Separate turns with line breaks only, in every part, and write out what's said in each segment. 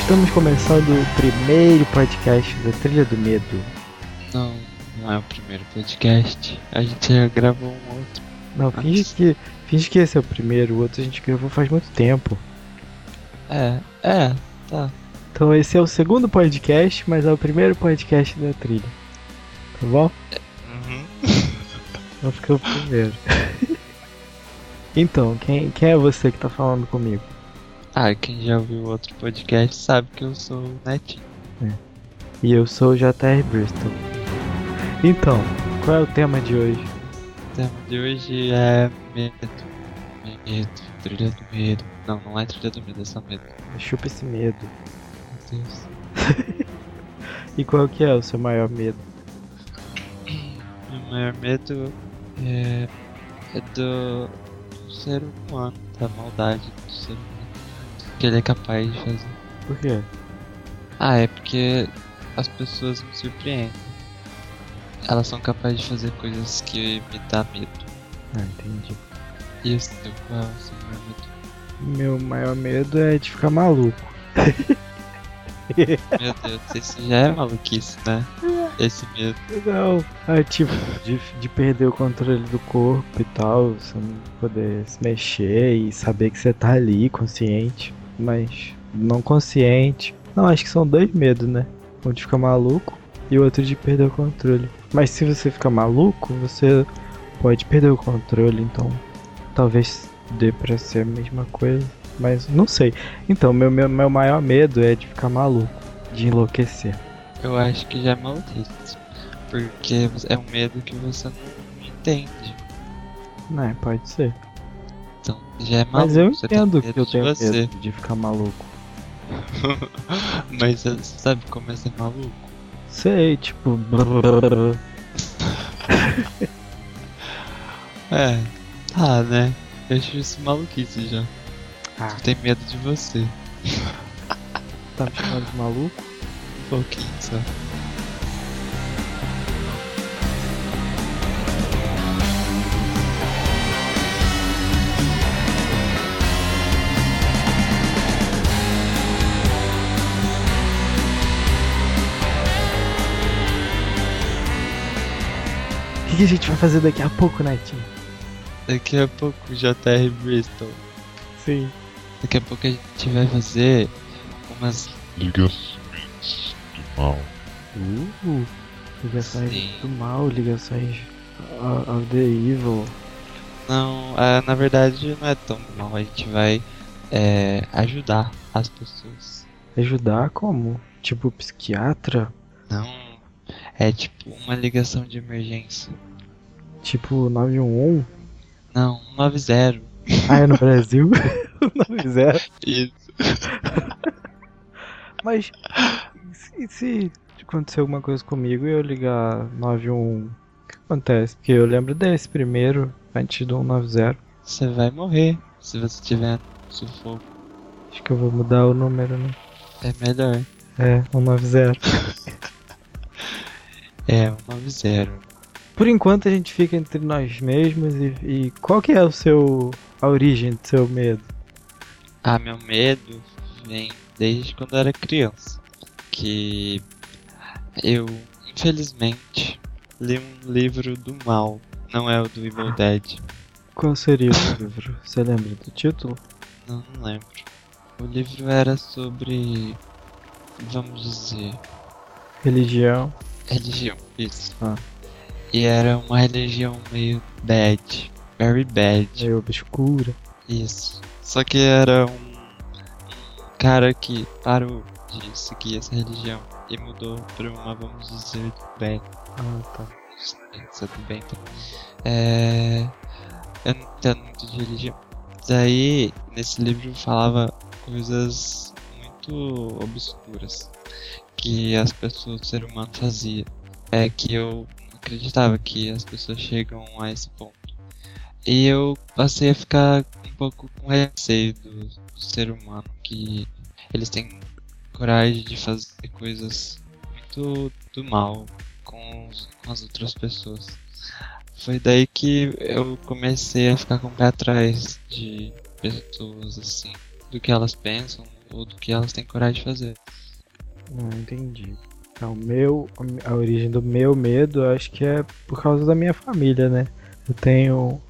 Estamos começando o primeiro podcast da Trilha do Medo.
Não, não é o primeiro podcast. A gente já gravou um outro.
Não, finge que, finge que esse é o primeiro, o outro a gente gravou faz muito tempo.
É, é, tá.
Então esse é o segundo podcast, mas é o primeiro podcast da trilha. Tá bom? Então fica o primeiro. então, quem, quem é você que tá falando comigo?
Ah, quem já ouviu outro podcast sabe que eu sou o Netinho.
E eu sou o JR Bristol. Então, qual é o tema de hoje?
O tema de hoje é medo. Medo, trilha do medo. Não, não é trilha do medo, é só medo. Meu
Chupa esse medo.
Deus.
E qual que é o seu maior medo?
Meu maior medo é, é do, do ser humano, da maldade do ser humano. do Que ele é capaz de fazer.
Por quê?
Ah, é porque as pessoas me surpreendem. Elas são capazes de fazer coisas que me dá medo.
Ah, entendi.
E o seu qual é o seu maior medo?
Meu maior medo é de ficar maluco.
Meu Deus, isso já é maluquice, né? Esse medo.
Não, é tipo, de, de perder o controle do corpo e tal, você não poder se mexer e saber que você tá ali, consciente, mas não consciente. Não, acho que são dois medos, né? Um de ficar maluco e o outro de perder o controle. Mas se você ficar maluco, você pode perder o controle, então talvez dê pra ser a mesma coisa, mas não sei. Então, meu, meu, meu maior medo é de ficar maluco, de enlouquecer.
Eu acho que já é maluquice. Porque é um medo que você não entende.
Né, pode ser.
Então já é maluco.
Mas eu
você tem
entendo que eu
de
tenho
você.
medo de ficar maluco.
Mas você sabe como é ser maluco?
Sei, tipo.
É, tá, né? Eu acho isso maluquice já.
Ah.
Tu tem medo de você.
Tá me chamando de maluco?
Um pouquinho só.
O que, que a gente vai fazer daqui a pouco, Netinho?
Daqui a pouco JR Bristol.
Sim.
Daqui a pouco a gente vai fazer umas
Ligações do mal.
Uh, ligações
Sim.
do mal, ligações of of the evil.
Não, ah, na verdade não é tão mal. A gente vai é, ajudar as pessoas.
Ajudar como? Tipo psiquiatra?
Não. É tipo uma ligação de emergência.
Tipo 911?
Não, um 90.
Ah, é no Brasil? Não fizeram.
Isso.
Mas e se acontecer alguma coisa comigo e eu ligar 911? O que acontece? Porque eu lembro desse primeiro, antes do 190.
Você vai morrer se você tiver sufoco.
Acho que eu vou mudar o número, né?
É melhor.
É, 190.
É, 90.
Por enquanto a gente fica entre nós mesmos e, e qual que é o seu. a origem do seu medo?
Ah, meu medo vem desde quando eu era criança. Que eu, infelizmente, li um livro do mal. Não é o do Evil Dead.
Qual seria o livro? Você lembra do título?
Não, não lembro. O livro era sobre. Vamos dizer.
Religião.
Religião, isso.
Ah.
E era uma religião meio bad. Very bad.
Meio obscura.
Isso. Só que era um, um cara que parou de seguir essa religião e mudou pra uma, vamos dizer, do bem.
Ah, tá.
Isso é do bem também. É... Eu não entendo muito de religião. Daí, nesse livro falava coisas muito obscuras que as pessoas, o ser humano fazia. É que eu não acreditava que as pessoas chegam a esse ponto. E eu passei a ficar um pouco com receio do, do ser humano, que eles têm coragem de fazer coisas muito do mal com, os- com as outras pessoas. Foi daí que eu comecei a ficar com o pé atrás de pessoas assim, do que elas pensam, ou do que elas têm coragem de fazer.
Não entendi. Ah, o meu, a origem do meu medo, eu acho que é por causa da minha família, né? Eu tenho um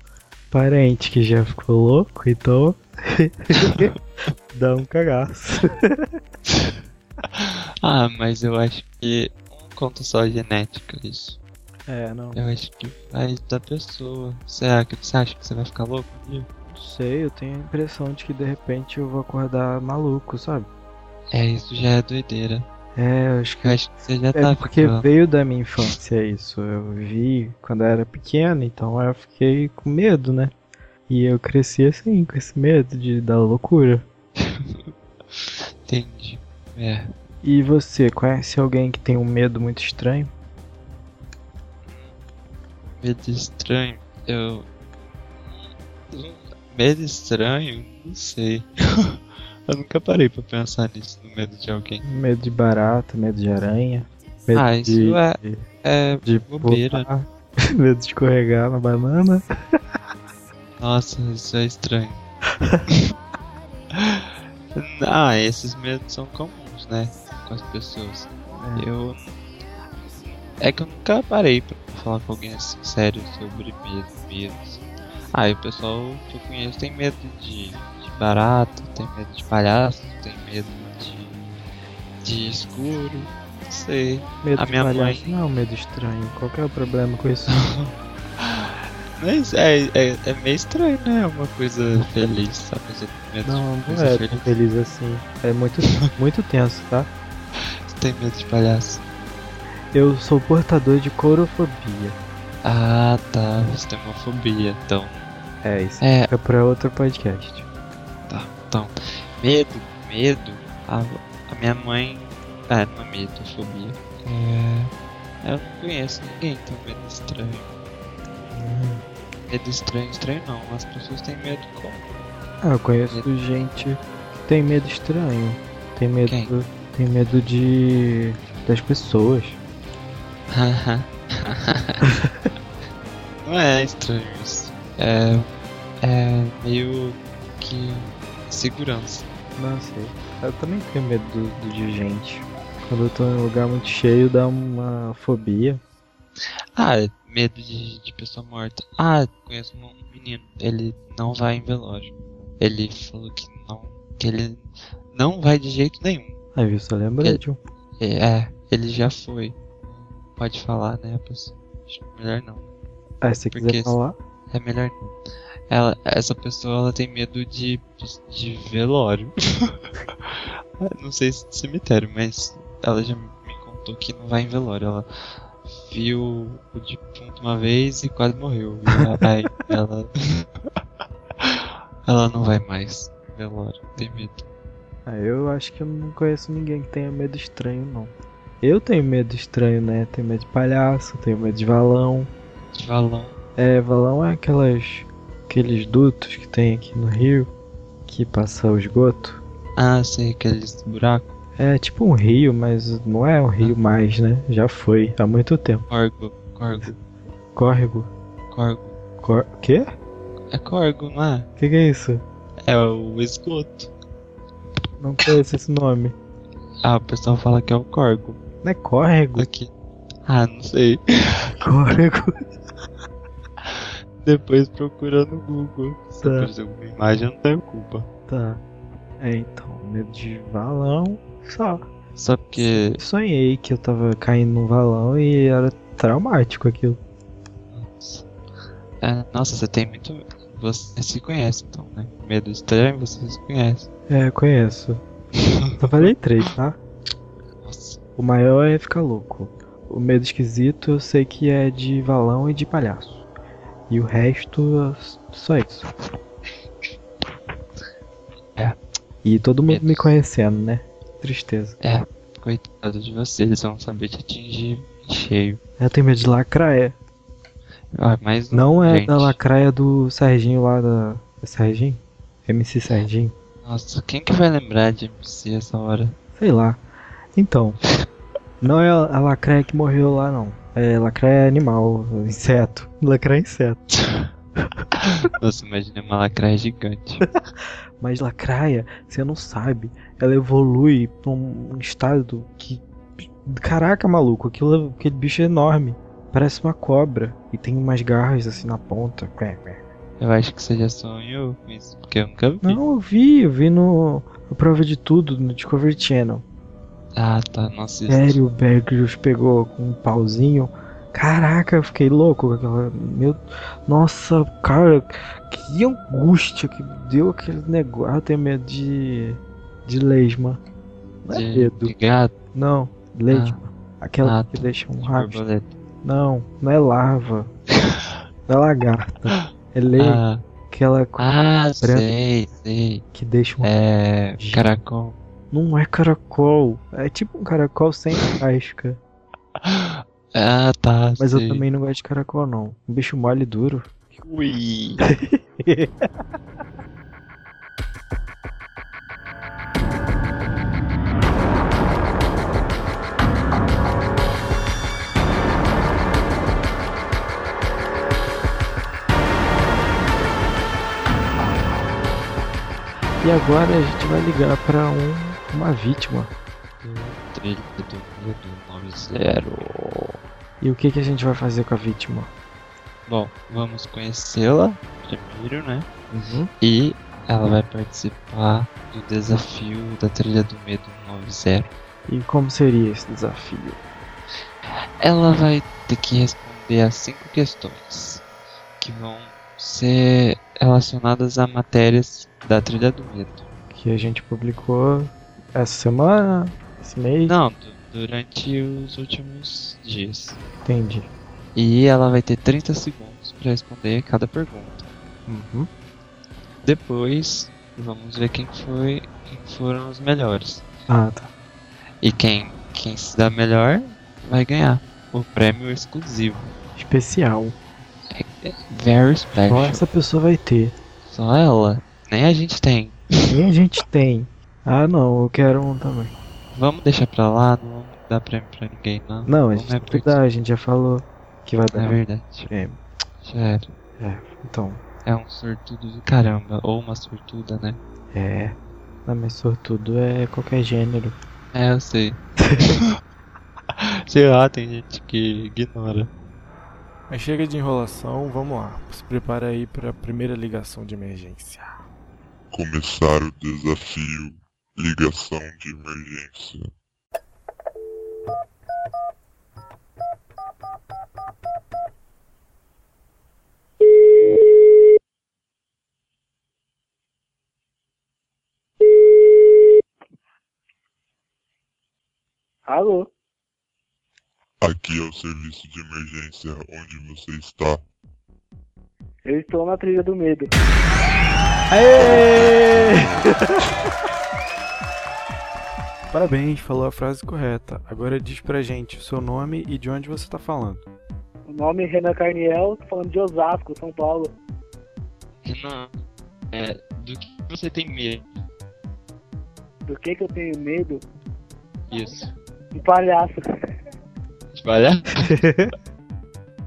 parente que já ficou louco, então dá um cagaço.
Ah, mas eu acho que não conta só a genética isso.
É, não,
Eu acho que vai da pessoa. Será que você acha que você vai ficar louco? um dia?
não sei, eu tenho a impressão de que de repente eu vou acordar maluco, sabe?
É, isso já é doideira.
É, eu acho que
Eu acho que você já
É
tá
porque
ficando.
veio da minha infância isso. Eu vi quando eu era pequeno, então eu fiquei com medo, né? E eu cresci assim, com esse medo de da loucura.
Entendi. É.
E você, conhece alguém que tem um medo muito estranho?
Medo estranho. Eu. Medo estranho? Não sei. eu nunca parei pra pensar nisso, no medo de alguém.
Medo de barata, medo de aranha, medo de,
Ah, isso é. É.
de
bobeira.
pular, medo de escorregar na banana.
Nossa, isso é estranho. ah, esses medos são comuns, né? Com as pessoas.
É.
Eu. É que eu nunca parei pra falar com alguém assim, sério sobre medo, medos. Ah, e o pessoal que eu conheço tem medo de, de barato, tem medo de palhaço, tem medo de, de escuro, não sei.
Medo
A
de
minha mãe-
palhaço não é um medo estranho. Qual que é o problema com isso?
Mas é, é, é meio estranho, né? Uma coisa feliz, sabe? Você tem medo
Não,
de
não
coisa
é tão
feliz,
feliz assim. É muito, muito tenso, tá?
você tem medo de palhaço.
Eu sou portador de corofobia.
Ah, tá, você tem uma fobia, então.
É, isso
É,
fica pra outro podcast.
Então, medo, medo. A, a minha mãe. Ah, não é medo, é fobia. É, eu não conheço ninguém que tem um medo estranho. Medo estranho, estranho não. As pessoas têm medo como?
Ah, eu conheço gente que tem medo estranho. Tem medo.
Quem?
Tem medo de. das pessoas.
não é estranho isso. É, é meio que segurança.
Não sei. Eu também tenho medo do, do- de gente. Quando eu tô em um lugar muito cheio, dá uma fobia.
Ah, medo de, de pessoa morta. Ah, conheço um um menino. Ele não vai em velório. Ele falou que não. que ele não vai de jeito nenhum.
Aí viu, só lembra
É.
de um.
E- É, ele já foi. Pode falar, né, a pessoa? Acho que melhor não.
Ah, se você
Por
quiser
quê?
falar.
É melhor não. Ela, essa pessoa ela tem medo de, de velório. Ah, não sei se de cemitério, mas ela já me contou que não vai em velório. Ela viu o defunto uma vez e quase morreu. E aí ela. ela não vai mais em velório, tem medo.
Ah, eu acho que eu não conheço ninguém que tenha medo estranho, não. Eu tenho medo estranho, né? Tenho medo de palhaço, tenho medo de valão.
De valão.
É, valão é aquelas, aqueles dutos que tem aqui no Rio que passa o esgoto.
Ah, sei, aqueles buracos.
É tipo um rio, mas não é um rio mais, né? Já foi, há muito tempo.
Corgo, corgo,
Córrego.
corgo.
Cor... Quê?
É corgo, não é?
Que que é isso?
É o esgoto.
Não conheço esse nome.
Ah, o pessoal fala que é o corgo.
Não é córrego?
aqui. Ah, não sei. É
Córrego.
Depois procura no Google. Se
Tá.
aparecer alguma imagem, eu não tenho culpa.
Tá. É, então, medo de valão. Só.
Só porque.
Sonhei que eu tava caindo num valão e era traumático aquilo.
é, nossa, você tem muito. Você se conhece então, né? Medo estranho, você se conhece.
É, conheço. Só falei três, tá?
Nossa.
O maior é ficar louco. O medo esquisito eu sei que é de valão e de palhaço. E o resto, só isso.
É.
E todo mundo me
Medos.
conhecendo, né? Tristeza.
Coitado de você, eles vão saber te atingir em cheio.
Eu tenho medo de é. lacraia.
Ah, mas
Não é
gente.
da lacraia do Serginho lá da. É Serginho? MC Serginho?
Nossa, quem que vai lembrar de MC essa hora?
Sei lá. Então. Não é a lacraia que morreu lá, não. É lacraia animal, inseto. Lacraia é inseto.
Nossa, imagina uma lacraia gigante.
Mas lacraia, você não sabe. Ela evolui pra um estado que. Caraca, maluco, aquilo, aquele bicho é enorme. Parece uma cobra. E tem umas garras assim na ponta.
Eu acho que você já sonhou com isso, porque eu nunca vi.
Não, eu vi, eu vi no. A prova de tudo no Discovery Channel.
Ah, tá, nossa. isso-
Sério, o Bear Grylls pegou com um pauzinho. Caraca, eu fiquei louco. com aquela- Meu, nossa, cara, que angústia que deu aquele negócio. Ah, Eu tenho medo de de lesma. Não é
de-
medo,
de gato,
não, lesma. Aquela
Ah,
que
tá.
deixa um
de
rastro.
borboleta.
Não, não é larva. não é lagarta. É lesma,
Ah,
aquela co-
ah
branca.
sei, sei.
que deixa um.
É. Caracol.
Não é caracol. É tipo um caracol sem casca.
Ah, tá.
Mas
sei.
eu também não gosto de caracol, não. Um bicho mole e duro.
Ui.
E agora a gente vai ligar pra um, uma vítima.
Trilha do mundo 90.
E o que, que a gente vai fazer com a vítima?
Bom, vamos conhecê-la primeiro, né? E ela vai participar do desafio da trilha do medo um 90.
E como seria esse desafio?
Ela vai ter que responder a cinco questões que vão ser relacionadas a matérias da trilha do medo.
Que a gente publicou essa semana, esse mês?
Não, du- durante os últimos dias.
Entendi.
E ela vai ter 30 segundos para responder cada pergunta.
Uhum.
Depois, vamos ver quem foi, quem foram os melhores.
Ah, tá.
E quem, quem se dá melhor vai ganhar o prêmio exclusivo.
Especial.
Very special.
Só essa pessoa vai ter.
Só ela. Nem a gente tem.
Nem a gente tem. Ah, não, eu quero um também.
Vamos deixar pra lá, não vamos dar prêmio pra ninguém, não.
Não, a
Vamos
gente não vai
repartir.
dar, né? a gente já falou que vai
É
dar.
verdade.
prêmio.
Já era.
Então,
É um sortudo do caramba. Ou uma sortuda, né?
é. Não, mas sortudo é qualquer gênero.
É, eu sei. sei lá, tem gente que ignora.
Mas chega de enrolação, vamos lá. Se prepara aí para a primeira ligação de emergência.
Começar o desafio Ligação de Emergência.
Alô?
Aqui é o serviço de emergência onde você está.
Eu estou na trilha do medo.
Parabéns, falou a frase correta. Agora diz pra gente o seu nome e de onde você tá falando.
O nome é Renan Carniel, tô falando de Osasco, São Paulo.
Renan, é, do que você tem medo?
Do que que eu tenho medo?
Isso.
De palhaço.
Espalhar?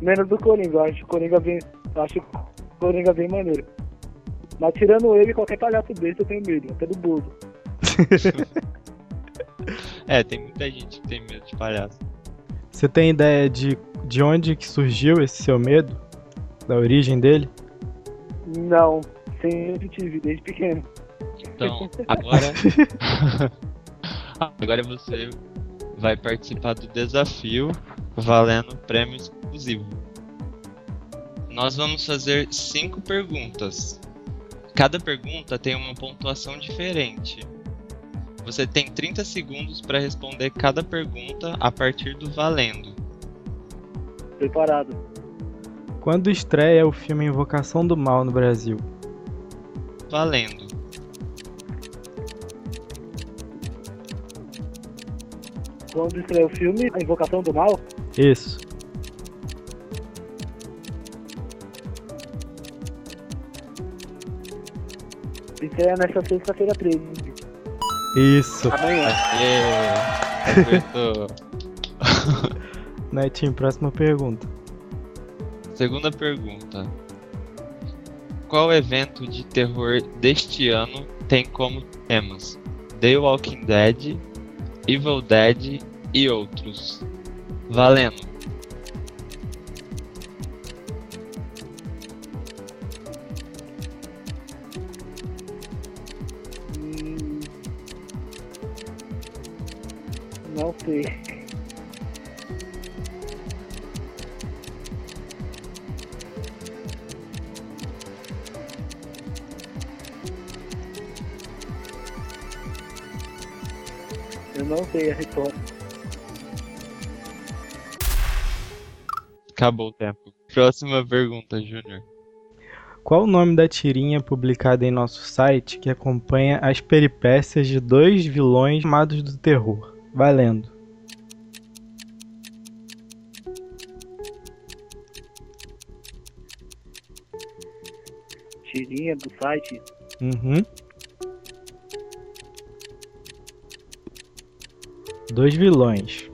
Menos do Coringa, eu acho o Coringa bem... Eu acho o Coringa bem maneiro. Mas tirando ele, qualquer palhaço desse eu tenho medo, até do Bozo.
É, tem muita gente que tem medo de palhaço.
Você tem ideia de, de onde que surgiu esse seu medo? Da origem dele?
Não, sempre tive, desde pequeno.
Então, agora. agora você vai participar do desafio valendo prêmio exclusivo. Nós vamos fazer cinco perguntas. Cada pergunta tem uma pontuação diferente. Você tem 30 segundos para responder cada pergunta a partir do valendo.
Preparado.
Quando estreia o filme Invocação do Mal no Brasil?
Valendo.
Quando estreia o filme, A Invocação do Mal,
Isso.
estreia nessa sexta-feira 13.
Isso.
Amanhã.
Aê! Acertou.
Netinho, próxima pergunta.
Segunda pergunta. Qual evento de terror deste ano tem como temas The Walking Dead, Evil Dead e outros? Valendo.
Hum. Não sei. Eu não sei a resposta.
Acabou o tempo. Próxima pergunta, Júnior.
Qual o nome da tirinha publicada em nosso site que acompanha as peripécias de dois vilões amados do terror? Valendo.
Tirinha do site.
Uhum. Dois vilões.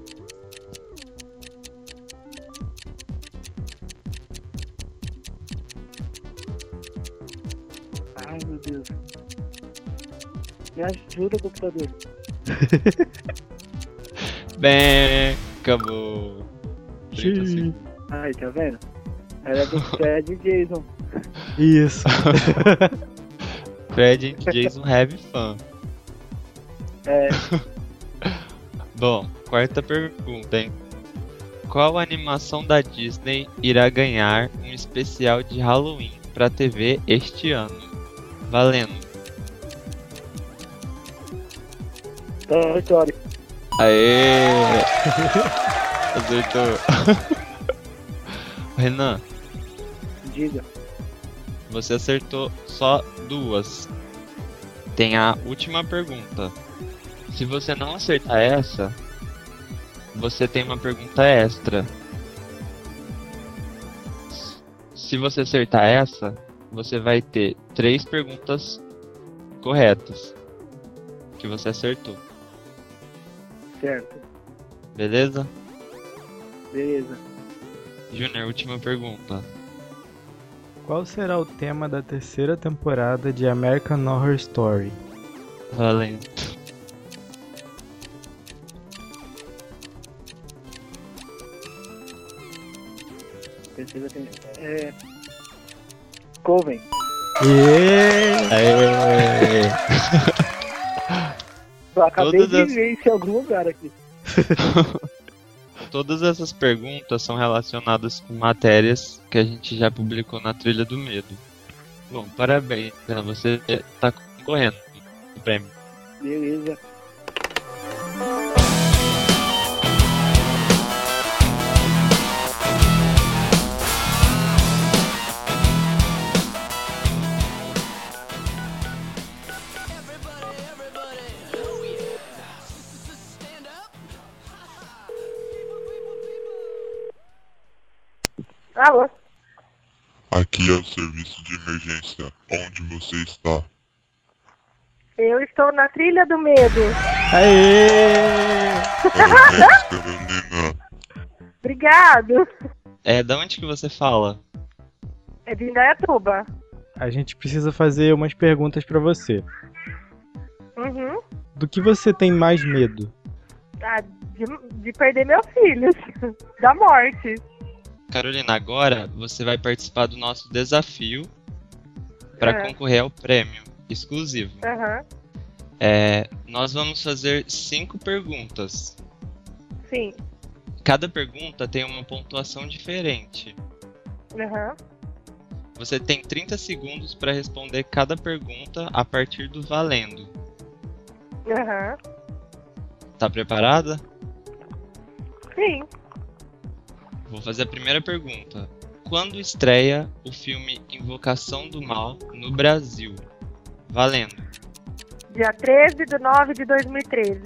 Ai meu Deus. Me ajuda, computador.
Bem, acabou. 30
Sim.
segundos.
Ai, tá vendo? Era do Fred e Jason.
Isso.
Fred and Jason have fun.
É,
Bom, quarta pergunta, hein? Qual animação da Disney irá ganhar um especial de Halloween pra TV este ano? Valendo.
Toy Story.
Aê! Acertou. Renan,
Diga.
você acertou só duas. Tem a última pergunta. Se você não acertar essa, você tem uma pergunta extra. Se você acertar essa, você vai ter três perguntas corretas que você acertou,
Certo.
beleza?
Beleza.
Júnior, última pergunta.
Qual será o tema da terceira temporada de American Horror Story?
Valendo.
Terceira tem. É. Coven.
E...
Aê!
Eu acabei
Todas
de
as-
ver isso em algum lugar aqui.
Todas essas perguntas são relacionadas com matérias que a gente já publicou na Trilha do Medo. Bom, parabéns, Renan, você está concorrendo o prêmio.
Beleza.
Alô?
Aqui é o serviço de emergência. Onde você está?
Eu estou na trilha do medo.
Aê!
Parabéns, Carolina.
Obrigado.
É, da onde que você fala?
É de Indaiatuba.
A gente precisa fazer umas perguntas pra você.
Uhum.
Do que você tem mais medo?
Ah, de, de perder meus filhos. Da morte.
Carolina, agora você vai participar do nosso desafio para
É.
concorrer ao prêmio exclusivo.
Aham.
É, nós vamos fazer cinco perguntas.
Sim.
Cada pergunta tem uma pontuação diferente.
Aham.
Você tem 30 segundos para responder cada pergunta a partir do valendo.
Aham.
Tá preparada?
Sim.
Vou fazer a primeira pergunta. Quando estreia o filme Invocação do Mal no Brasil? Valendo.
Dia 13 de 9 de 2013.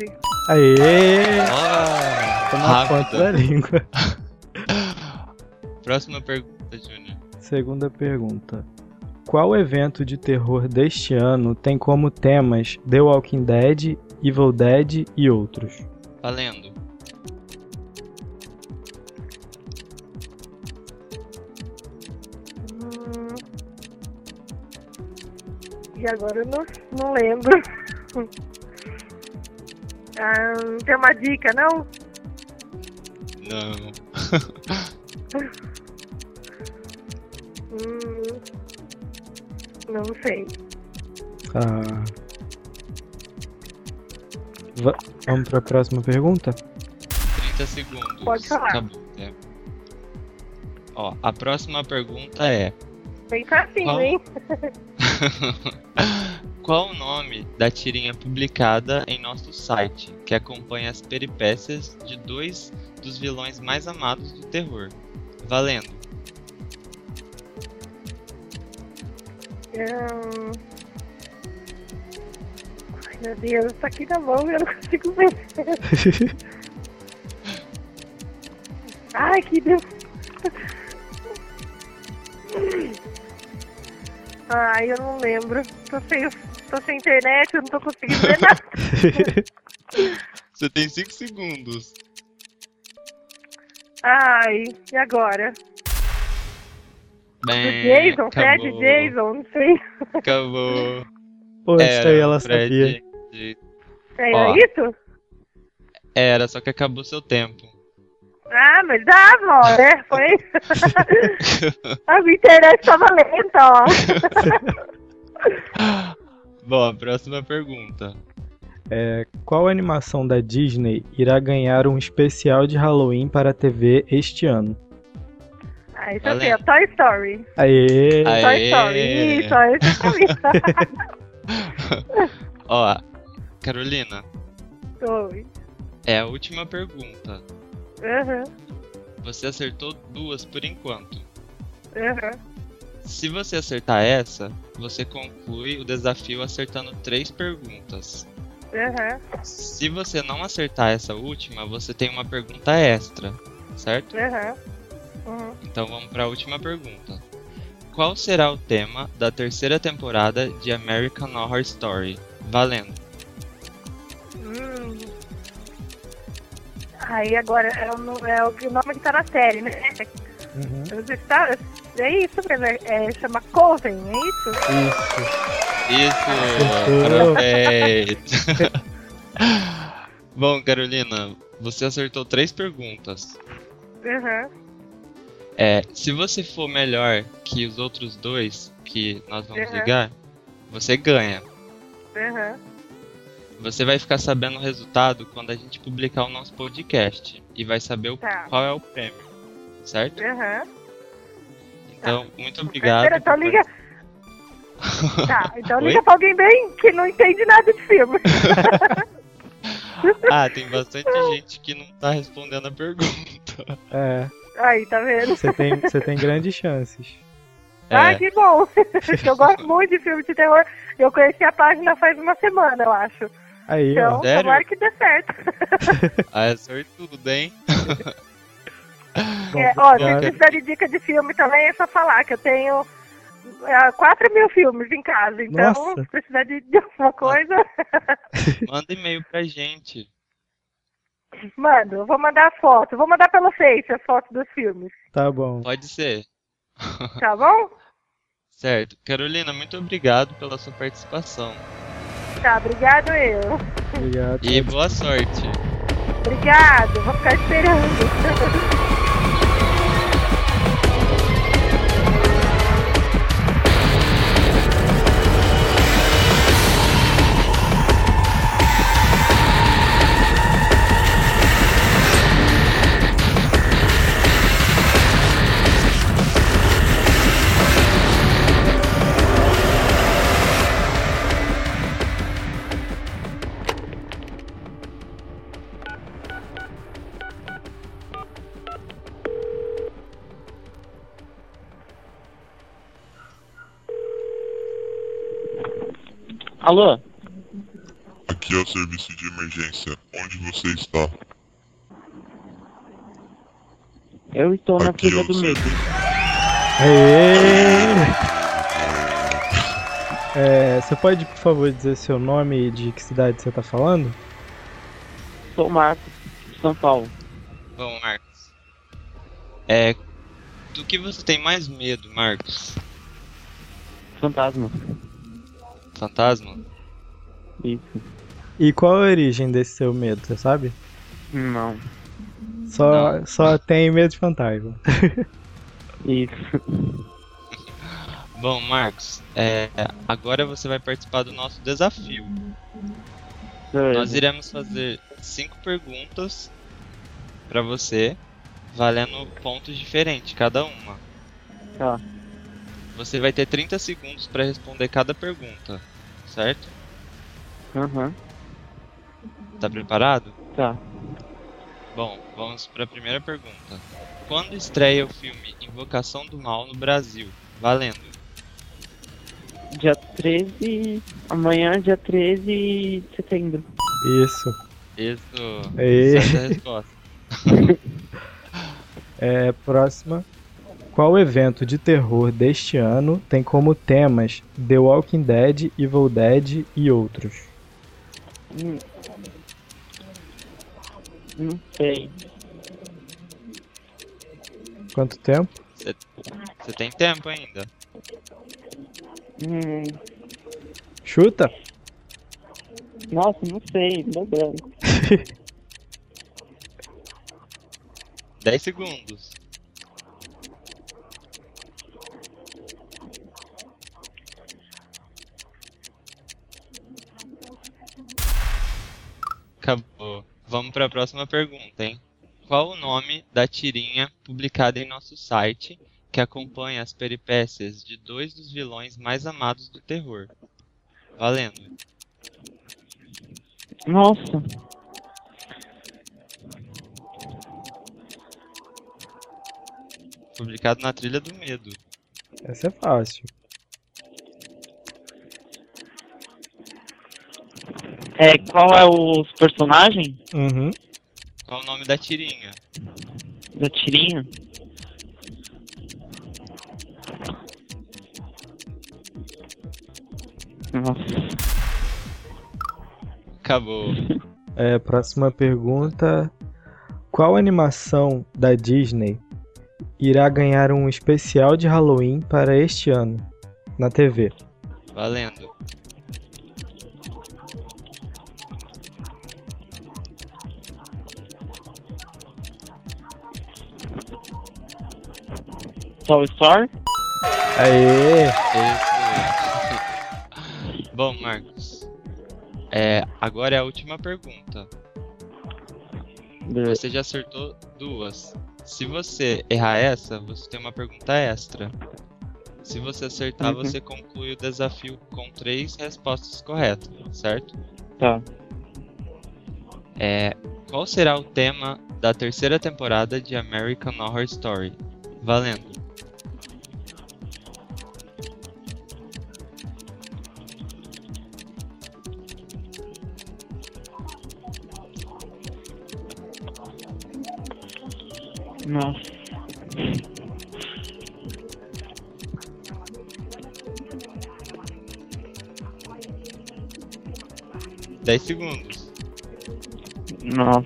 Aê!
Ah,
Toma conta da
rápida.
língua.
Próxima pergunta, Júnior.
Segunda pergunta. Qual evento de terror deste ano tem como temas The Walking Dead, Evil Dead e outros?
Valendo.
Hum. E agora eu não, não lembro. Ah, não tem uma dica, não?
Não.
Hum, não sei.
Ah. Va- Vamos pra próxima pergunta?
30 segundos.
Pode falar.
Acabou o tempo. Ó, a próxima pergunta é:
Bem facinho,
Qual?
hein?
Qual o nome da tirinha publicada em nosso site que acompanha as peripécias de dois dos vilões mais amados do terror? Valendo.
Hum. Ai, meu Deus, tá aqui na mão e eu não consigo ver. Ai, que Deus. Ai, eu não lembro. Tô sem, tô sem internet, eu não tô conseguindo ver nada.
Você tem 5 segundos.
Ai, e agora? Do
Bem,
Jason?
acabou,
Fred Jason? Não sei.
Acabou.
Pô, isso
Era
aí
o
ela
É, Fred
sabia.
Jason.
Era
Ó.
É isso?
Era, só que acabou seu tempo.
Ah, mas dava, ó, né? Foi. A minha internet tava lenta, ó.
Bom, a próxima pergunta.
Qual animação da Disney irá ganhar um especial de Halloween para a TV este ano?
Ah, isso
Valendo.
aqui é Toy Story.
Aê!
Aê.
Toy Story. Ih, Toy Story.
Ó, Carolina,
Story.
é a última pergunta.
Aham,
Você acertou duas por enquanto.
aham.
Se você acertar essa, você conclui o desafio acertando três perguntas.
Aham,
Se você não acertar essa última, você tem uma pergunta extra, certo?
aham. Uhum.
Então vamos para a última pergunta. Qual será o tema da terceira temporada de American Horror Story? Valendo.
Hum. Aí agora é o, no- é o que- o nome que tá na série, né?
Uhum.
Eu não sei se tá- É isso, mesmo, é, é, chama Coven, é isso?
Isso.
Isso! Perfeito! Bom, Carolina, você acertou três perguntas.
Aham,
É, se você for melhor que os outros dois que nós vamos
Uhum.
ligar, você ganha.
aham.
Você vai ficar sabendo o resultado quando a gente publicar o nosso podcast e vai saber o-
Tá.
qual é o prêmio, certo?
Aham.
Então, muito obrigado.
Espera, então
por
liga. Tá, então
Oi?
liga pra alguém bem que não entende nada de filme.
Ah, tem bastante gente que não tá respondendo a pergunta.
É,
Aí, tá vendo?
você tem, você tem grandes chances.
Ah,
É,
que bom! eu gosto muito de filme de terror. Eu conheci a página faz uma semana, eu acho.
Aí,
Então,
ó.
Sério?
tomara que dê certo.
ah, é sortudo, hein?
Bom,
É, ó, se
obrigado.
precisar de dica de filme também, é só falar que eu tenho é, 4 mil filmes em casa. Então,
Nossa.
se precisar de, de
Ah.
alguma coisa,
Manda e-mail pra gente.
mando. Eu vou mandar a foto. Vou mandar pelo Face a foto dos filmes.
Tá bom.
Pode ser.
Tá bom?
Certo. Carolina, muito obrigado pela sua participação.
Tá, obrigado eu.
Obrigado.
E boa sorte.
Obrigado, vou ficar esperando.
Alô?
Aqui é o serviço de emergência. Onde você está?
Eu estou na
Aqui é
filha
o
do medo.
serviço.
Aê! É, você pode, por favor, dizer seu nome e de que cidade você tá falando?
Sou o Marcos, de São Paulo.
Bom, Marcos. É. Do que você tem mais medo, Marcos?
Fantasma.
Fantasma?
Isso.
E qual a origem desse seu medo, você sabe?
Não.
Só, só tem medo de fantasma.
Isso.
Bom, Marcos, é, agora você vai participar do nosso desafio. Nós
Beleza.
iremos fazer cinco perguntas pra você, valendo pontos diferentes, cada uma.
Tá.
Você vai ter 30 segundos pra responder cada pergunta, certo?
Aham.
Tá preparado?
Tá.
Bom, vamos pra primeira pergunta. Quando estreia o filme Invocação do Mal no Brasil? Valendo.
Dia 13. Amanhã, dia 13 de setembro.
Isso.
Isso.
E-
Essa é a resposta.
É, próxima. Qual evento de terror deste ano tem como temas The Walking Dead, Evil Dead e outros?
Hum. Não sei.
Quanto tempo?
Você tem tempo ainda.
Hum.
Chuta!
Nossa, não sei. Deu branco.
10 segundos. Acabou. Vamos para a próxima pergunta, hein? Qual o nome da tirinha publicada em nosso site que acompanha as peripécias de dois dos vilões mais amados do terror? Valendo.
Nossa.
Publicado na Trilha do Medo.
Essa é fácil.
É, qual é os personagens
Uhum.
Qual o nome da tirinha?
da tirinha? Nossa.
Acabou.
É, próxima pergunta. Qual animação da Disney irá ganhar um especial de Halloween para este ano na TV?
Valendo.
Toy Story?
Aê!
Excelente. Bom, Marcos. É, agora é a última pergunta. Você já acertou duas. Se você errar essa, você tem uma pergunta extra. Se você acertar,
Uhum.
você conclui o desafio com três respostas corretas, certo?
Tá.
É, qual será o tema da terceira temporada de American Horror Story? Valendo.
Nossa.
Dez segundos.
Nossa.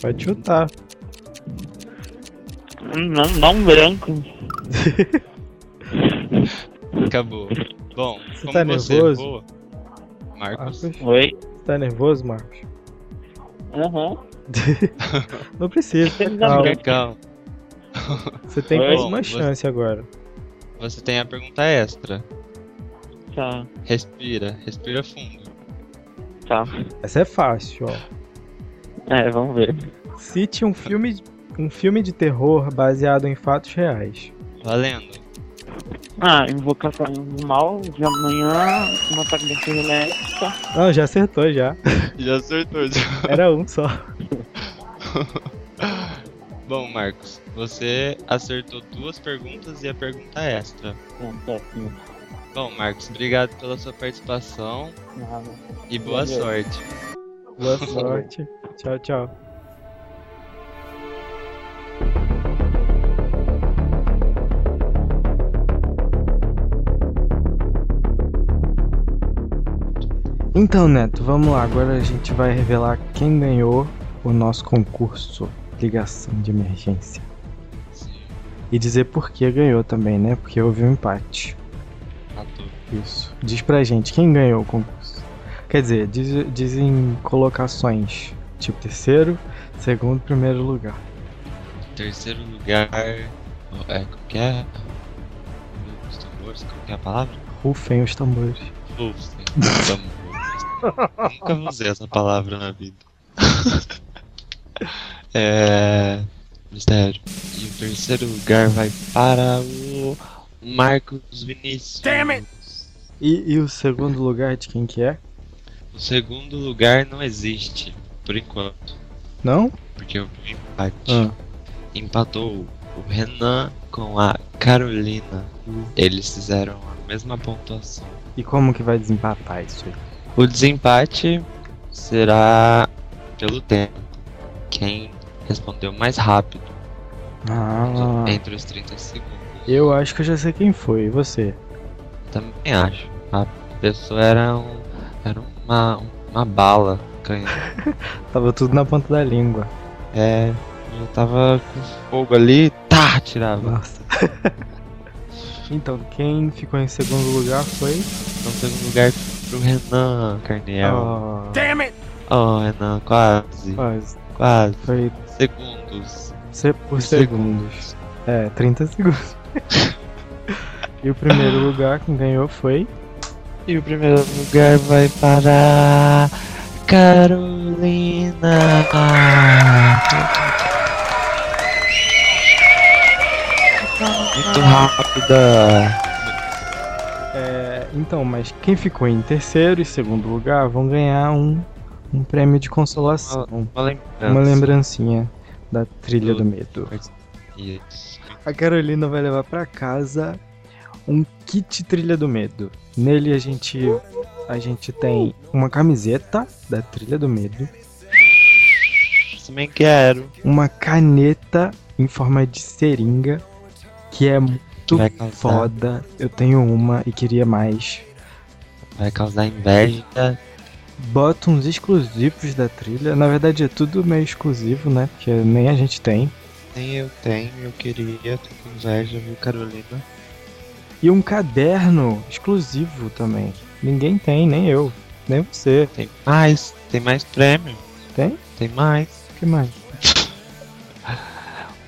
Pode chutar.
Não, dá um branco.
Acabou. Bom,
Você
como
tá
você
nervoso?
errou, Marcos,
Marcos,
Oi?
tá nervoso, Marcos?
Aham.
Não precisa.
Você tá
Calma.
nervoso.
fica calmo.
Você tem
Oi?
mais uma
Bom,
chance agora.
Você tem a pergunta extra.
Tá.
Respira, respira fundo.
Tá.
Essa é fácil, ó.
É, vamos ver.
Cite um filme, um filme de terror baseado em fatos reais.
Valendo.
Ah, invocação do mal de amanhã, uma ataque da elétrica.
Não, Ah, já acertou já.
Já acertou. já.
Era um só.
Bom, Marcos, você acertou duas perguntas e a pergunta extra.
tá,
Bom, Marcos, obrigado pela sua participação e boa
Valeu.
sorte.
Boa sorte. Tchau, tchau. Então, Neto, vamos lá. Agora a gente vai revelar quem ganhou o nosso concurso Ligação de Emergência.
Sim.
E dizer por que ganhou também, né? Porque houve um empate.
Ah, Matou.
Isso. Diz pra gente quem ganhou o concurso. Quer dizer, diz, dizem colocações. Tipo terceiro, segundo, primeiro lugar.
Terceiro lugar. É, como que é? Os tambores, como que é a palavra?
Rufem os tambores.
Rufem. Tambores. Nunca usei essa palavra na vida. é. Mistério. E o terceiro lugar vai para o Marcos Vinícius. Damn it!
E, e o segundo lugar de quem que é?
O segundo lugar não existe, por enquanto.
Não?
Porque eu vi empate.
Ah.
Empatou o Renan com a Carolina. Eles fizeram a mesma pontuação.
E como que vai desempatar isso aí?
O desempate será pelo tempo. Quem respondeu mais rápido
Ah,
entre os 30 segundos.
eu acho que eu já sei quem foi. E você?
Também acho. A pessoa era um. Era uma, uma bala canhão.
Tava tudo na ponta da língua.
É. Eu tava com fogo ali, tá, tirava.
Nossa. então, quem ficou em segundo lugar foi.
No segundo lugar pro Renan Carneal.
Ah,
Oh, Renan, quase.
quase.
Quase.
Foi
Segundos.
se- por segundos. É, 30 segundos. e o primeiro lugar, quem ganhou foi.
E o primeiro lugar vai para. Carolina! Muito rápida!
É, então, mas quem ficou em terceiro e segundo lugar vão ganhar um, um prêmio de consolação.
Uma lembrança.
Uma lembrancinha da trilha do medo.
Isso.
A Carolina vai levar pra casa um kit Trilha do Medo. Nele a gente a gente tem uma camiseta da Trilha do Medo,
Também quero.
uma caneta em forma de seringa que é
Que
muito
vai causar,
foda. Eu tenho uma e queria mais.
vai causar inveja.
Bota uns exclusivos da trilha. Na verdade é tudo meio exclusivo, né? Porque nem a gente tem.
Nem eu tenho, eu queria. Tô com inveja, viu, Carolina?
E um caderno exclusivo também. Ninguém tem, nem eu, nem você.
Tem mais, tem mais prêmio.
Tem?
Tem mais.
O que mais?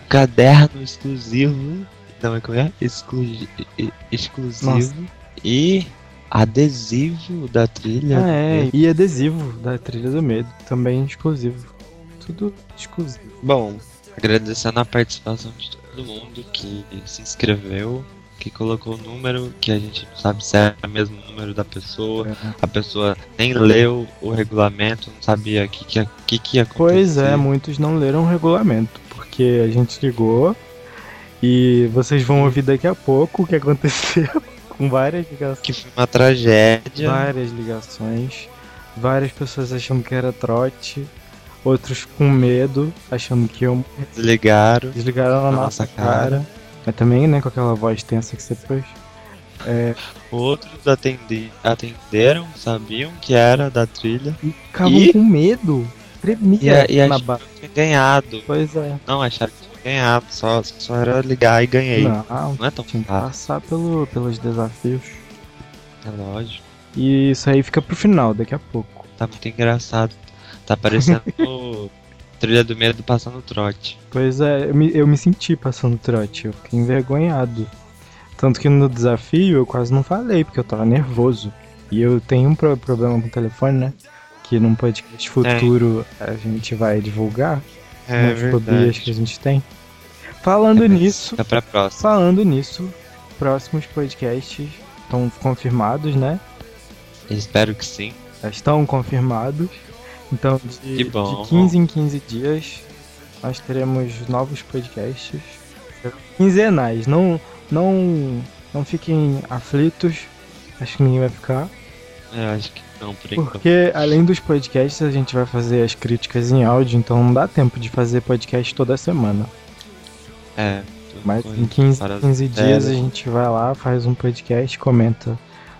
Caderno exclusivo. Não, é como é? Exclusi- e- exclusivo.
Nossa.
E adesivo da trilha.
Ah, é. E adesivo da Trilha do Medo, também exclusivo. Tudo exclusivo.
Bom, agradecendo a participação de todo mundo que se inscreveu, que colocou o número, que a gente não sabe se é o mesmo número da pessoa, a pessoa nem leu o regulamento, não sabia o que, que, ia- que, que ia acontecer.
Pois é, muitos não leram o regulamento, porque a gente ligou e vocês vão ouvir daqui a pouco o que aconteceu com várias ligações.
Que foi uma tragédia.
Várias ligações, várias pessoas achando que era trote, outros com medo, achando que iam
Desligaram.
desligaram na
Na
nossa,
nossa
cara. Mas também, né, com aquela voz tensa que você fez.
Outros atendi- atenderam, sabiam que era da trilha.
E ficavam
E?
com medo.
E,
Tremia
a- e
na
acharam
barra.
que tinha ganhado.
Pois é.
Não, acharam que tinha ganhado. Só, só era ligar e ganhei. Não,
Não,
é tão
tinha que
fácil,
passar pelo, pelos desafios.
é lógico.
E isso aí fica pro final, daqui a pouco.
Tá muito engraçado. Tá parecendo o Trilha do Medo passando trote.
Pois é, eu me, eu me senti passando trote, eu fiquei envergonhado. Tanto que no desafio eu quase não falei, porque eu tava nervoso. E eu tenho um pro- problema com o telefone, né? Que num podcast futuro a gente vai divulgar as fobias tipo, que a gente tem. Falando
É, mas-
nisso,
Fica pra próxima.
falando nisso, próximos podcasts estão confirmados, né?
Espero que sim.
já estão confirmados. Então, de,
Que bom.
de 15 em 15 dias, nós teremos novos podcasts. Quinzenais. Não, não, não fiquem aflitos. Acho que ninguém vai ficar.
Eu acho que não, por enquanto.
Porque, além dos podcasts, a gente vai fazer as críticas em áudio. Então, não dá tempo de fazer podcast toda semana.
É. tô
Mas em
correndo
15,
para as
15 dias a
férias.
gente vai lá, faz um podcast, comenta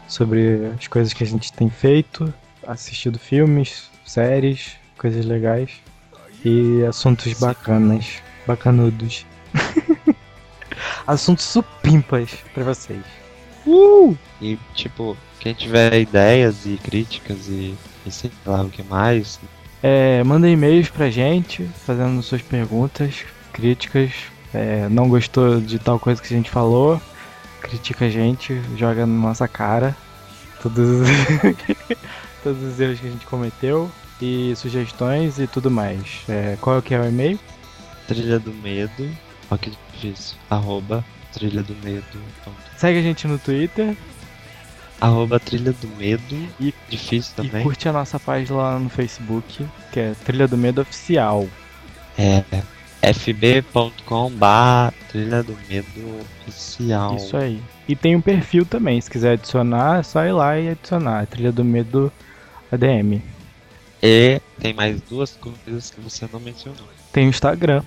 sobre as coisas que a gente tem feito, assistido filmes, séries, coisas legais e assuntos bacanas, bacanudos. assuntos supimpas pra vocês.
Uhul! E, tipo, quem tiver ideias e críticas e, e sei lá o que mais,
É, manda e-mails pra gente, fazendo suas perguntas, críticas. É, não gostou de tal coisa que a gente falou, critica a gente, joga na nossa cara todos, todos os erros que a gente cometeu e sugestões e tudo mais. É, qual que é o e-mail?
Trilha do Medo. Ó, que difícil. Arroba Trilha do Medo. ponto-
Segue a gente no Twitter
Arroba Trilha do Medo.
E-
difícil
e
também.
curte a nossa página lá no Facebook, que é Trilha do Medo Oficial.
É fb.com barra Trilha do Medo oficial.
Isso aí. E tem um perfil também, se quiser adicionar, é só ir lá e adicionar. Trilha do Medo ADM.
E tem mais duas coisas que você não mencionou.
Tem o Instagram.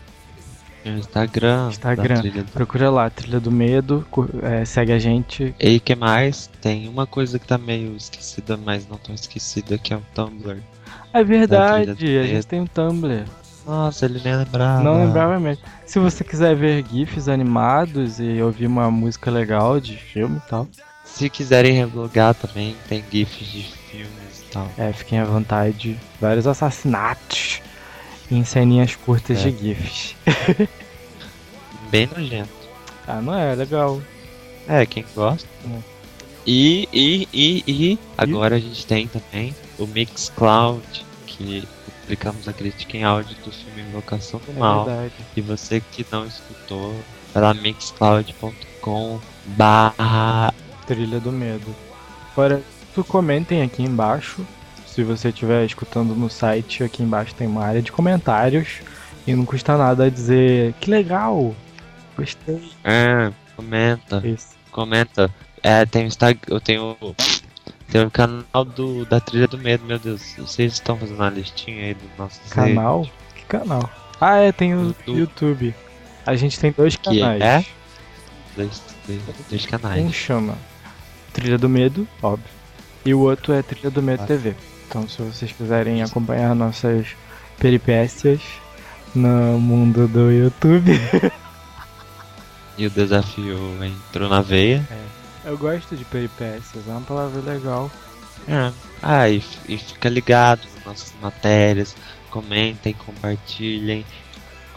Tem o Instagram.
Instagram.
Da trilha do...
Procura lá, Trilha do Medo, cu- é, segue a gente.
E que mais? Tem uma coisa que tá meio esquecida, mas não tão esquecida, que é o Tumblr.
É
Da
verdade,
Trilha
a
do
gente tem um Tumblr.
Nossa, ele nem lembrava.
Não lembrava mesmo. Se você quiser ver GIFs animados e ouvir uma música legal de filme e tal,
Se quiserem reblogar também, tem GIFs de filmes e tal.
é, fiquem à vontade. Vários assassinatos em ceninhas curtas
É.
de GIFs.
Bem nojento.
Ah, não é? Legal.
É, quem gosta.
É.
E, e, e, e, agora a gente tem também o Mixcloud, que publicamos a crítica em áudio do filme Invocação do
É
Mal.
verdade.
E você que não escutou, vai lá mixcloud.com barra
Trilha do Medo. Agora, tu comentem aqui embaixo. Se você estiver escutando no site, aqui embaixo tem uma área de comentários. E não custa nada dizer que legal! Gostei.
é, comenta,
Isso.
comenta. É, tem o Instagram, eu tenho tem o canal do da trilha do medo, meu Deus. Vocês estão fazendo uma listinha aí do nosso
Canal? Que canal? Ah, é, tem o
YouTube.
YouTube. A gente tem dois
Que
canais.
é? Dois, dois, dois canais.
Um chama Trilha do Medo, óbvio. E o outro é Trilha do Medo
Ah.
TV. Então, se vocês quiserem acompanhar nossas peripécias no mundo do YouTube.
E o desafio entrou na veia.
Eu gosto de peripécias, é uma palavra legal.
É. Ah, e, f- e fica ligado nas nossas matérias. Comentem, compartilhem,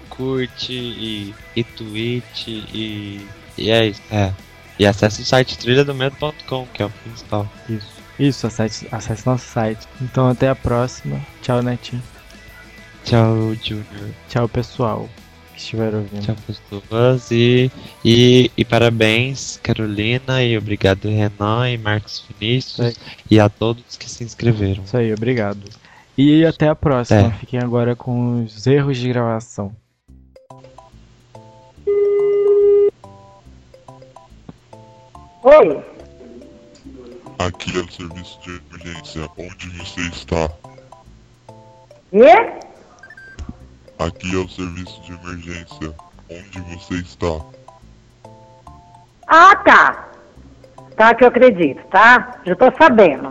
curte e, e tweet e, e é isso. É. E acesse o site trilhadomedo.com, que é o principal.
Isso. Isso, acesse, acesse nosso site. Então até a próxima. Tchau, Netinho.
Tchau, Junior.
Tchau, pessoal que estiver ouvindo.
Tchau, pessoas. E, e, e parabéns, Carolina. E obrigado, Renan e Marcos Vinícius. E a todos que se inscreveram.
Isso aí, obrigado. E até a próxima.
É.
Fiquem agora com os erros de gravação.
Oi,
Aqui é o serviço de emergência. Onde você está?
quê?
Aqui é o serviço de emergência. Onde você está?
Ah, tá. Tá que eu acredito, tá? Já tô sabendo.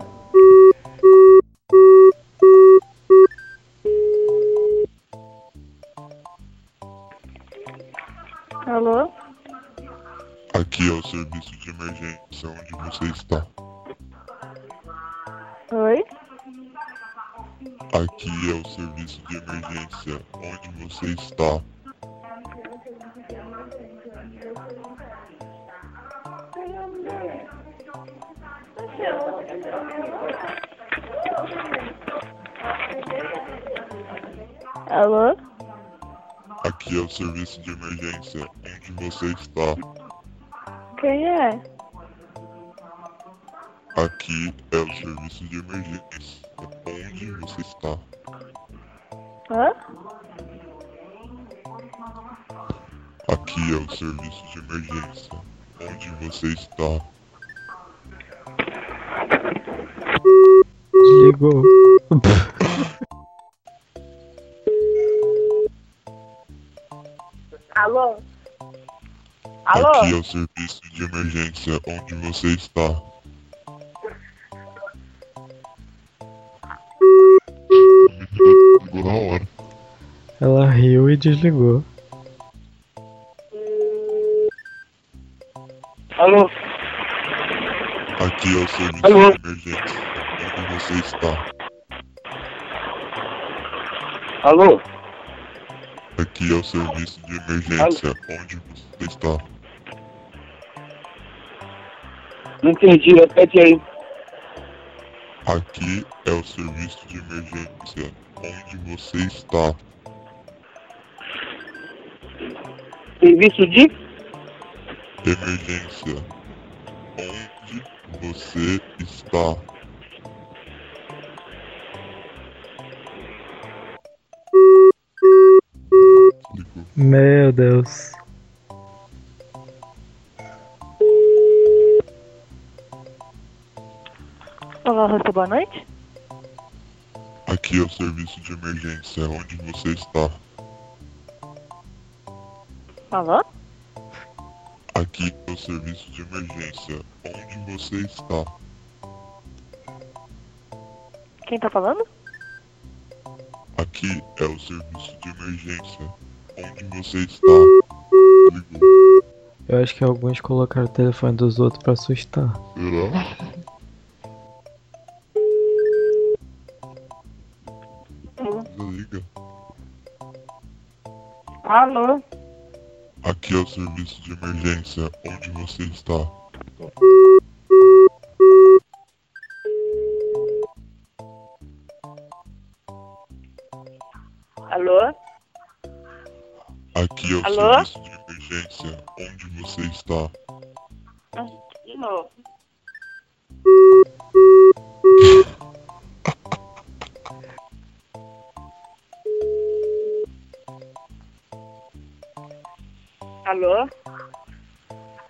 Alô?
Aqui é o serviço de emergência. Onde você está?
Oi?
Aqui é o serviço de emergência. Onde você está?
Alô?
Aqui é o serviço de emergência. Onde você está?
Quem é?
Aqui é o serviço de emergência. Onde você está?
Hã?
Aqui é o serviço de emergência. Onde você está?
Desligou.
Alô? Alô?
Aqui é o serviço de emergência. Onde você está? Ligou na hora.
Ela riu e desligou.
Alô?
Aqui é o serviço
Alô?
de emergência. Onde você está?
Alô?
Aqui é o serviço de emergência. Onde você está?
Não entendi, repete aí.
Aqui é o serviço de emergência. Onde você está?
Serviço de?
Emergência. Onde você está? Ligou.
Meu Deus.
Olá, Rosa, boa noite.
Aqui é o serviço de emergência. Onde você está?
Alô?
Aqui é o serviço de emergência. Onde você está?
Quem tá falando?
Aqui é o serviço de emergência. Onde você está? Ligou.
Eu acho que alguns colocaram o telefone dos outros pra assustar.
Será? Liga.
Alô?
Aqui é o serviço de emergência. Onde você está?
Alô?
Aqui é o
Alô?
serviço de emergência. Onde você está?
De novo. Alô?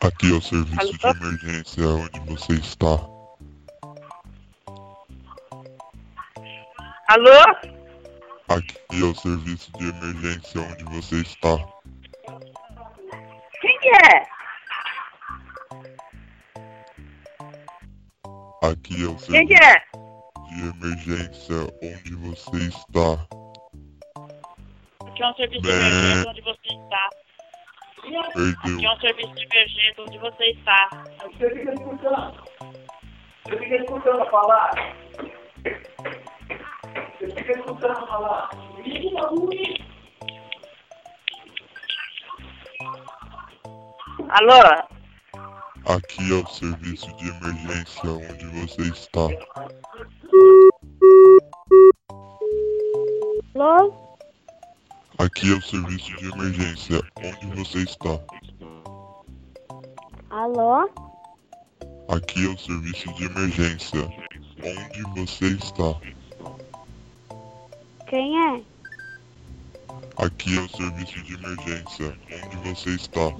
Aqui é o serviço
Alô?
de emergência. Onde você está?
Alô?
Aqui é o serviço de emergência. Onde você está?
Quem que é?
Aqui é o
Quem que
serviço
é?
de emergência. Onde você está?
Aqui é um
de
serviço
emergência
onde você está.
Perdeu.
é um serviço de emergência onde você está.
Você fica escutando. Você fica escutando falar. Você fica escutando falar. Liga ruim.
Alô?
Aqui é o serviço de emergência. Onde você está?
Alô?
Aqui é o serviço de emergência. Onde você está?
Alô?
Aqui é o serviço de emergência. Onde você está?
Quem é?
Aqui é o serviço de emergência. Onde você está?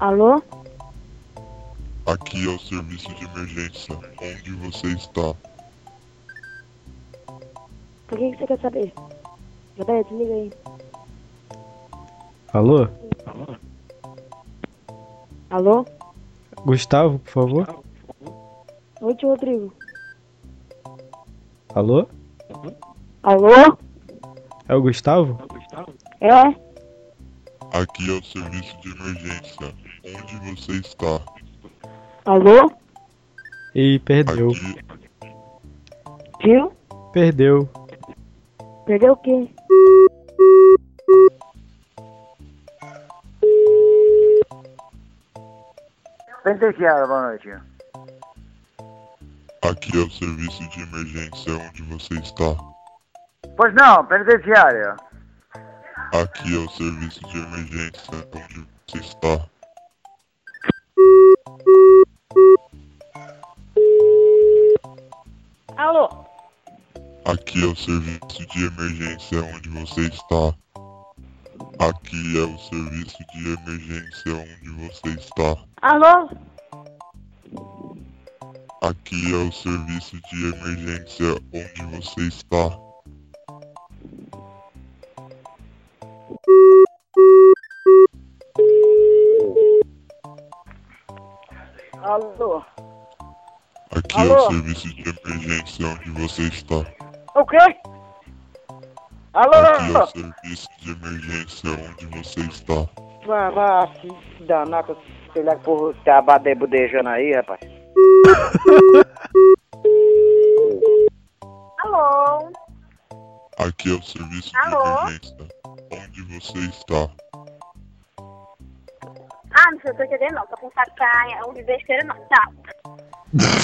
Alô?
Aqui é o serviço de emergência. Onde você está?
Por que, que você quer saber? Gabriel, desliga aí.
Alô?
Alô?
Gustavo, por favor?
Oi, tio Rodrigo.
Alô?
Alô?
É o Gustavo?
É?
Aqui é o serviço de emergência. Onde você está?
Alô?
E perdeu.
Aqui,
Tio?
Perdeu.
Perdeu o quê?
Pentequiara, boa noite.
aqui é o serviço de emergência. Onde você está?
Pois não, penitenciária.
Aqui é o serviço de emergência. Onde você está?
Alô?
Aqui é o serviço de emergência. Onde você está? Aqui é o serviço de emergência. Onde você está?
Alô?
Aqui é o serviço de emergência onde você está.
Alô?
Aqui é
Alô?
o serviço de emergência onde você está.
O quê?
Aqui é o
Alô?
serviço de emergência onde você está.
Vai, vai, se danar com esse
Sei lá que porra esse abadé budejando aí, rapaz.
Alô?
Aqui é o serviço
Alô?
de emergência. Onde você está?
Ah, não sei se eu tô entendendo, não. Tô com sacanha, ou um de besteira, não. Tá.